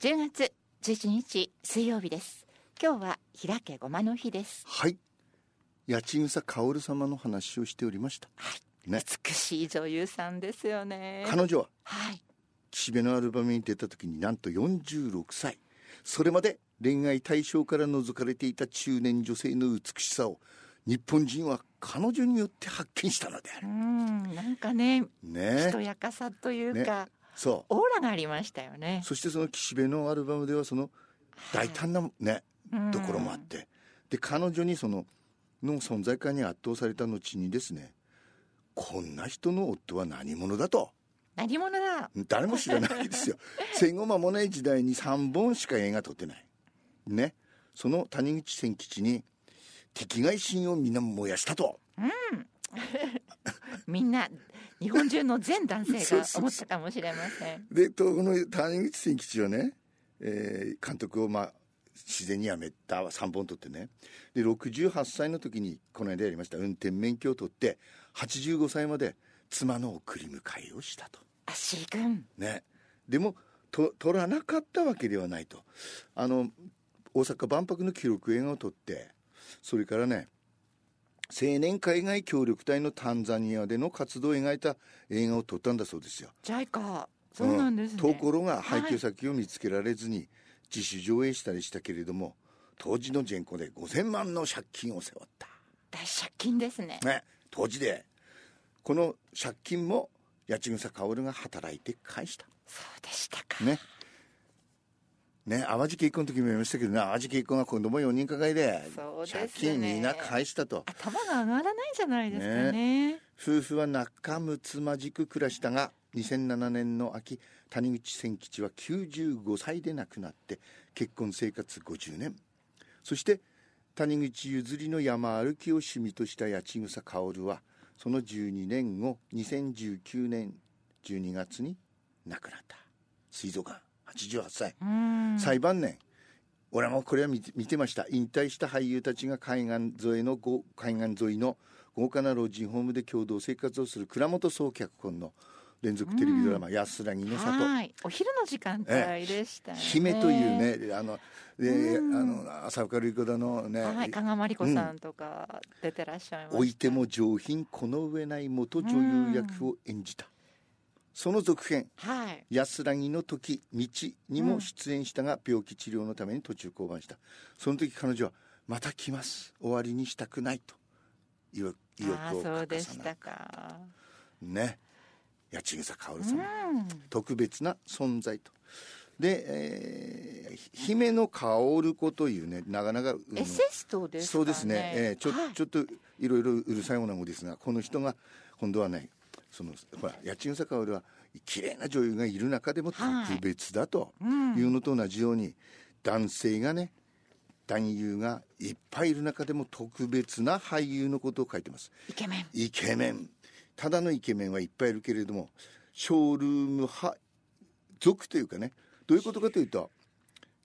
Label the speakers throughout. Speaker 1: 10月11日水曜日です今日は平家ごまの日です
Speaker 2: はい八千草薫様の話をしておりました、ね、
Speaker 1: 美しい女優さんですよね
Speaker 2: 彼女は
Speaker 1: はい
Speaker 2: 岸辺のアルバムに出た時になんと46歳それまで恋愛対象から除かれていた中年女性の美しさを日本人は彼女によって発見したのであ
Speaker 1: う
Speaker 2: る
Speaker 1: んなんかねし
Speaker 2: ね
Speaker 1: とやかさというか、
Speaker 2: そ
Speaker 1: オーラがありましたよね
Speaker 2: うそしてその岸辺のアルバムではその大胆なねところもあって、で彼女にそのの存在感に圧倒された後にですねこんな人の夫は何者だと
Speaker 1: 何者だ
Speaker 2: 誰も知らない ですよ戦後間もない時代に3本しか映画撮ってないねその谷口千吉に敵外心を皆燃やしたと
Speaker 1: みんな日本中の全男性
Speaker 2: そう
Speaker 1: が
Speaker 2: そうそう
Speaker 1: 思ったかもしれません
Speaker 2: でとこの谷口千吉はね、えー監督をまあ自然に辞めた3本撮ってねで68歳の時にこの間やりました運転免許を取って85歳まで妻の送り迎えをしたと。
Speaker 1: あっしーくん
Speaker 2: ね、でもと取らなかったわけではないとあの大阪万博の記録映画を撮ってそれからね青年海外協力隊のタンザニアでの活動を描いた映画を撮ったんだそうですよ。
Speaker 1: ジャイカそうなんですね、
Speaker 2: ところが配給先を見つけられずに自主上映したりしたけれども、当時のジェンコで5,000万の借金を背負った。
Speaker 1: 大借金ですね
Speaker 2: ね、当時でこの借金も八千草薫が働いて返した。
Speaker 1: そうでしたか、
Speaker 2: ね。ね、淡路結婚の時も言いましたけどね、淡路結婚が今度も4人かかりで
Speaker 1: そうですね
Speaker 2: 借金みんな返したと。
Speaker 1: 頭が上がらないんじゃないですかね
Speaker 2: 夫婦は仲睦まじく暮らしたが、2007年の秋、谷口千吉は95歳で亡くなって、結婚生活50年。そして、谷口譲りの山歩きを趣味とした八千草薫は、その12年後、2019年12月に亡くなった。膵臓がん、88歳。
Speaker 1: うん
Speaker 2: 裁判年俺もこれは見て見てました引退した俳優たちが海岸沿いのご海岸沿いの豪華な老人ホームで共同生活をする倉本総脚本の連続テレビドラマ「安らぎの里」
Speaker 1: はいお昼の時間帯でしたね、
Speaker 2: 姫というねあので、
Speaker 1: うん
Speaker 2: あの浅丘瑠璃子だのね、
Speaker 1: はい加賀まりこさんとか出てらっしゃいました、
Speaker 2: 置いても上品この上ない元女優役を演じた、その続編
Speaker 1: はい
Speaker 2: 安らぎの時道にも出演したが病気治療のために途中降板した、その時彼女は「また来ます終わりにしたくない」と意欲意欲
Speaker 1: ああ
Speaker 2: を
Speaker 1: そう
Speaker 2: 欠
Speaker 1: で
Speaker 2: か
Speaker 1: し
Speaker 2: さな
Speaker 1: た
Speaker 2: い
Speaker 1: か
Speaker 2: ね八千草薫
Speaker 1: う
Speaker 2: 様、
Speaker 1: ん
Speaker 2: 特別な存在とで、えーひ姫野薫子というねなかなか、うん
Speaker 1: エッセイストですかね
Speaker 2: そうですね、えーちょ
Speaker 1: はい
Speaker 2: ちょっといろいろうるさいおなごですがこの人が今度はねそのほら八千草薫は綺麗な女優がいる中でも特別だと
Speaker 1: うん
Speaker 2: いうのと同じように、男性がね男優がいっぱいいる中でも特別な俳優のことを書いてます
Speaker 1: イケメン
Speaker 2: イケメンただのイケメンはいっぱいいるけれどもショールーム派族というかねどういうことかというと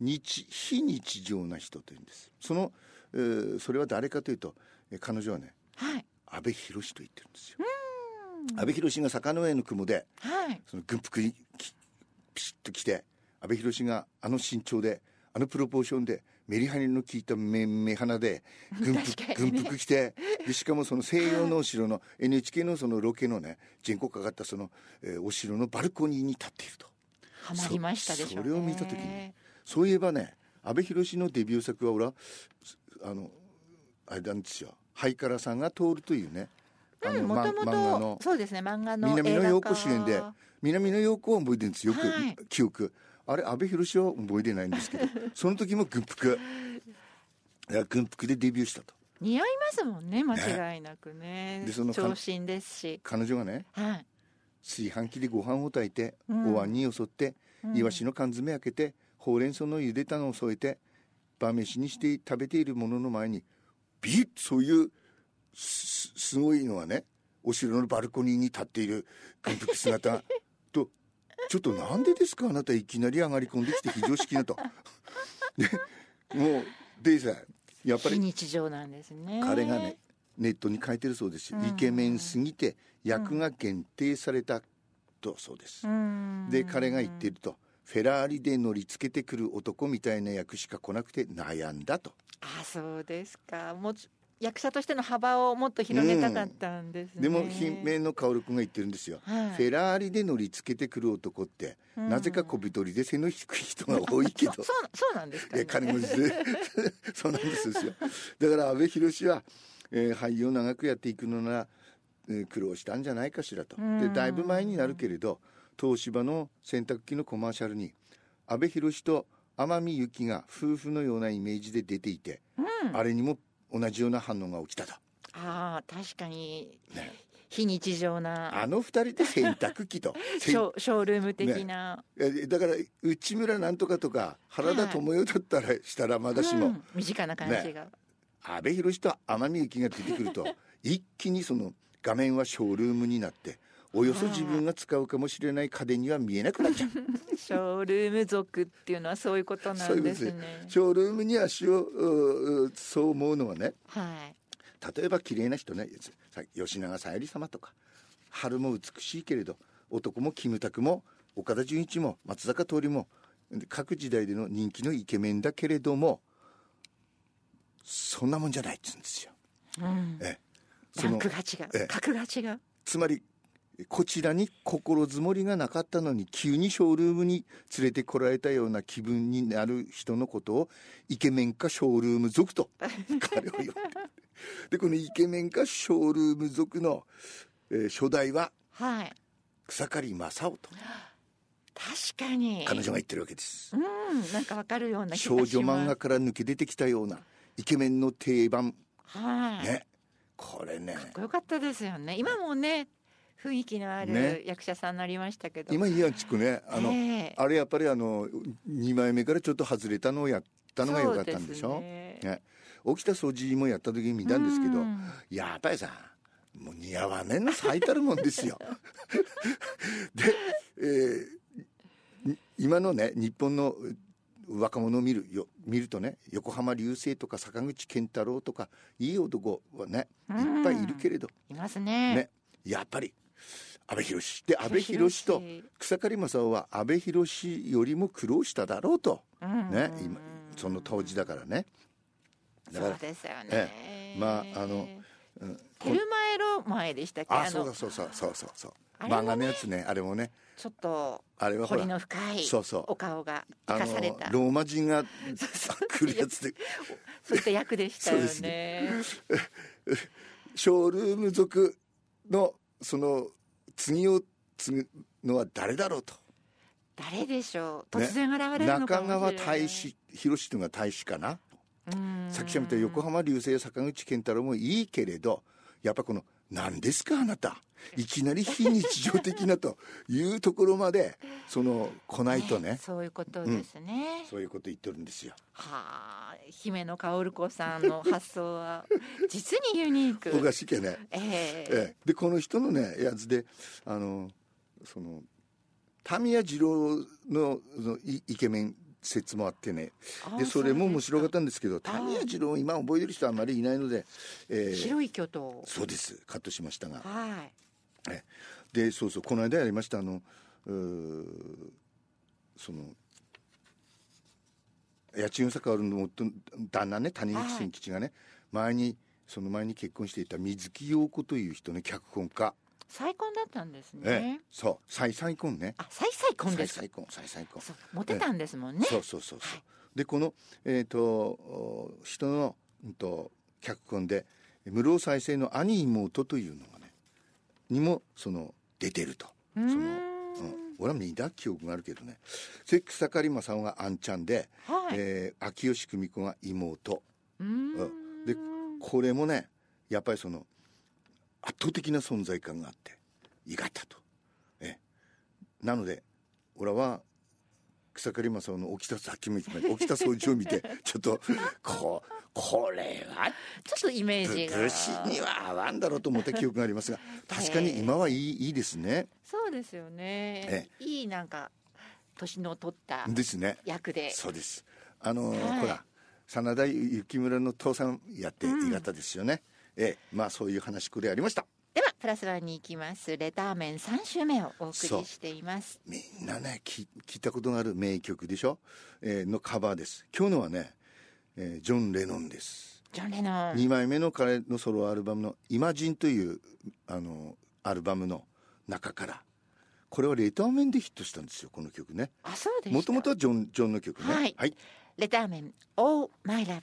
Speaker 2: 日非日常な人というんですその、えーそれは誰かというと、えー彼女はね
Speaker 1: はい
Speaker 2: 安倍博と言ってるんですよ安倍博が坂の上の雲で
Speaker 1: はい
Speaker 2: その軍服にきピシッと着て安倍博があの身長であのプロポーションでメリハリの効いた目目鼻で軍服,、
Speaker 1: 確かにね
Speaker 2: 軍服着てでしかもその西洋のお城の NHK のそのロケのね全国かかったその、えーお城のバルコニーに立っていると
Speaker 1: ハマりましたでしょうね
Speaker 2: そそれを見た時にそういえばね安倍博のデビュー作は俺はすあのあれなんですよ「ハイカラさんが通る」というねあ
Speaker 1: うんも
Speaker 2: ま
Speaker 1: とも
Speaker 2: 漫画の
Speaker 1: とそうですね漫画の
Speaker 2: 南野陽子
Speaker 1: 映画化
Speaker 2: 主演で南野陽子を覚えてるんですよく、
Speaker 1: はい
Speaker 2: 記憶あれ安倍博士は覚えてないんです けどその時も軍服いや軍服でデビューしたと
Speaker 1: 似合いますもんね間違いなくね
Speaker 2: でその
Speaker 1: 長身ですし
Speaker 2: 彼女がね
Speaker 1: はい
Speaker 2: 炊飯器でご飯を炊いて、
Speaker 1: うん
Speaker 2: お椀によそって、
Speaker 1: うん
Speaker 2: イワシの缶詰開けてほうれん草の茹でたのを添えて晩飯にして食べているものの前にビッそういうすすごいのはねお城のバルコニーに立っている軍服 姿とちょっとなんでですかあなたいきなり上がり込んできて非常識なと。 でもうでさやっぱり
Speaker 1: 非日常なんですね
Speaker 2: 彼がねネットに書いてるそうですよ、
Speaker 1: うん
Speaker 2: イケメンすぎて役が限定されたとそうです、
Speaker 1: うん
Speaker 2: で彼が言っているとフェラーリで乗りつけてくる男みたいな役しか来なくて悩んだと
Speaker 1: あそうですかもうち役者としての幅をもっと広げたかったんですね、
Speaker 2: でも姫野薫君が言ってるんですよ、
Speaker 1: はい
Speaker 2: フェラーリで乗りつけてくる男って、
Speaker 1: うん
Speaker 2: なぜか小太りで背の低い人が多いけど
Speaker 1: そそうなそうなんですか、
Speaker 2: い
Speaker 1: ね、
Speaker 2: や金持ちで そうなんですよだから阿部寛は、えー俳優を長くやっていくのなら、えー苦労したんじゃないかしらと
Speaker 1: うん
Speaker 2: でだいぶ前になるけれど東芝の洗濯機のコマーシャルに阿部寛と天海祐希が夫婦のようなイメージで出ていて、
Speaker 1: うん
Speaker 2: あれにも同じような反応が起きたと
Speaker 1: あー確かに
Speaker 2: ね
Speaker 1: 非日常な
Speaker 2: あの二人で洗濯機 と
Speaker 1: ショーショールーム的な、
Speaker 2: えだから内村なんとかとか原田知世だったらしたらまだしも、
Speaker 1: うん身近な感じが、
Speaker 2: 阿部寛と天海祐希が出てくると一気にその画面はショールームになっておよそ自分が使うかもしれない家電には見えなくなっちゃう
Speaker 1: ショールーム族っていうのはそういうことな
Speaker 2: そういうんこ
Speaker 1: で
Speaker 2: とで
Speaker 1: す
Speaker 2: す
Speaker 1: ね
Speaker 2: ショールームに足をううそう思うのはね
Speaker 1: はい
Speaker 2: 例えば綺麗な人ねさ吉永小百合様とか春も美しいけれど男もキムタクも岡田准一も松坂桃李も各時代での人気のイケメンだけれどもそんなもんじゃないっつうんですよ。
Speaker 1: うん
Speaker 2: ええ
Speaker 1: ランクが違
Speaker 2: ええ
Speaker 1: う格が違う
Speaker 2: つまりこちらに心づもりがなかったのに急にショールームに連れてこられたような気分になる人のことをイケメンかショールーム族と彼を呼んででこのイケメンかショールーム族の、えー初代は
Speaker 1: はい
Speaker 2: 草刈正雄と
Speaker 1: 確かに
Speaker 2: 彼女が言ってるわけです
Speaker 1: うんなんかわかるような気がし
Speaker 2: 少
Speaker 1: ます
Speaker 2: 女漫画から抜け出てきたようなイケメンの定番
Speaker 1: はい、
Speaker 2: ねこれね
Speaker 1: かっこよかったですよね今もね雰囲気のあ
Speaker 2: ね
Speaker 1: る役者さんになりましたけど、
Speaker 2: 今イアンチクねあの、
Speaker 1: ええ
Speaker 2: あれやっぱりあの2枚目からちょっと外れたのをやったのが良かったんでし
Speaker 1: そう
Speaker 2: ょ
Speaker 1: ですね
Speaker 2: ね、沖田総司もやった時に見たんですけど
Speaker 1: うん
Speaker 2: やっぱりさもう似合わねえの最たるもんです よ。で、えーに今のね日本の若者を見るよ見るとね横浜流星とか坂口健太郎とかいい男はねいっぱいいるけれど、
Speaker 1: いますね
Speaker 2: ねやっぱり阿部寛で阿部寛と草刈正雄は阿部寛よりも苦労しただろうと。ね、今その当時だからねだか
Speaker 1: そう
Speaker 2: ら
Speaker 1: ですよね、
Speaker 2: ええまああのうん
Speaker 1: テルマエロ前でしたっけ
Speaker 2: あ
Speaker 1: の
Speaker 2: そうだそうそうそうそうそう
Speaker 1: あれもね
Speaker 2: 漫画のやつねあれもね
Speaker 1: ちょっと
Speaker 2: あれはほ
Speaker 1: 彫り
Speaker 2: ら
Speaker 1: の深い
Speaker 2: そうそう
Speaker 1: お顔が生
Speaker 2: あの
Speaker 1: かされた
Speaker 2: ローマ人が
Speaker 1: そ
Speaker 2: 来るやつで
Speaker 1: そういった役でしたよ
Speaker 2: そうです
Speaker 1: ね
Speaker 2: ショールーム族のその次を継ぐのは誰だろうと
Speaker 1: 誰でしょう
Speaker 2: ね
Speaker 1: 突然現れるのか
Speaker 2: 中
Speaker 1: もしれない、
Speaker 2: 川大志広志というのが大志かな
Speaker 1: うん
Speaker 2: さっきみたいに横浜流星坂口健太郎もいいけれどやっぱこの「何ですかあなた」いきなり非日常的なというところまでその来ないとね
Speaker 1: そういうことですね、
Speaker 2: そういうこと言ってるんですよ。
Speaker 1: はあ姫野薫子さんの発想は実にユニーク
Speaker 2: おかしいけね、
Speaker 1: ええ
Speaker 2: ええ、でこの人のねやつであのその田宮二郎のそのイイケメン説もあってね
Speaker 1: あ
Speaker 2: でそれも
Speaker 1: うで
Speaker 2: 面
Speaker 1: す
Speaker 2: 白かったんですけど田宮二郎今覚えてる人はあまりいないので、ええ
Speaker 1: 広い巨頭
Speaker 2: そうですカットしましたが
Speaker 1: はい
Speaker 2: でそうそうこの間やりましたあのうーその家賃坂あるの夫の旦那ね谷口千吉がね、前にその前に結婚していた水木陽子という人の脚本家、
Speaker 1: 再婚だったんですね、
Speaker 2: ええそう再再婚ね
Speaker 1: あ再再婚で
Speaker 2: 再
Speaker 1: す
Speaker 2: 再婚再再婚、
Speaker 1: そうモテたんですもんね、
Speaker 2: そうそうそうそうでこのえっ、とお人の、うん、と脚本で室生再生の兄妹というのがねにもその出てると
Speaker 1: う
Speaker 2: そ
Speaker 1: ー
Speaker 2: の
Speaker 1: ん
Speaker 2: うん、俺は見た記憶があるけどねセックス草刈正雄があんちゃんで、
Speaker 1: はい、
Speaker 2: えー秋吉久美子が妹
Speaker 1: うーん
Speaker 2: でこれもねやっぱりその圧倒的な存在感があっていがったとええなので俺は草刈正雄の沖田さっきも言 った沖田総司を見てちょっとここれは
Speaker 1: ちょっとイメー
Speaker 2: ぶ
Speaker 1: ジが
Speaker 2: 武士には合わんだろうと思った記憶がありますが確かに今はいいいいですね
Speaker 1: そうですよね
Speaker 2: え、
Speaker 1: いいなんか年の取った
Speaker 2: ですね
Speaker 1: 役で
Speaker 2: そうです。あのー
Speaker 1: はい
Speaker 2: ほら真田幸村の父さんやっていがたですよね。ええまあそういう話これありました。
Speaker 1: ではプラスワンに行きますレターメン3週目をお送
Speaker 2: そう
Speaker 1: りしています
Speaker 2: みんなね聞聞いたことのある名曲でしょ、えーのカバーです今日のはね、えージョン・レノンです、
Speaker 1: ジョン・レノン
Speaker 2: 2枚目の彼のソロアルバムの「イマジン」というあのアルバムの中からこれはレター面でヒットしたんですよこの曲ね
Speaker 1: あそうでした
Speaker 2: もともとはジョンジョンの曲ね
Speaker 1: はい
Speaker 2: はい
Speaker 1: レターメン Oh My Love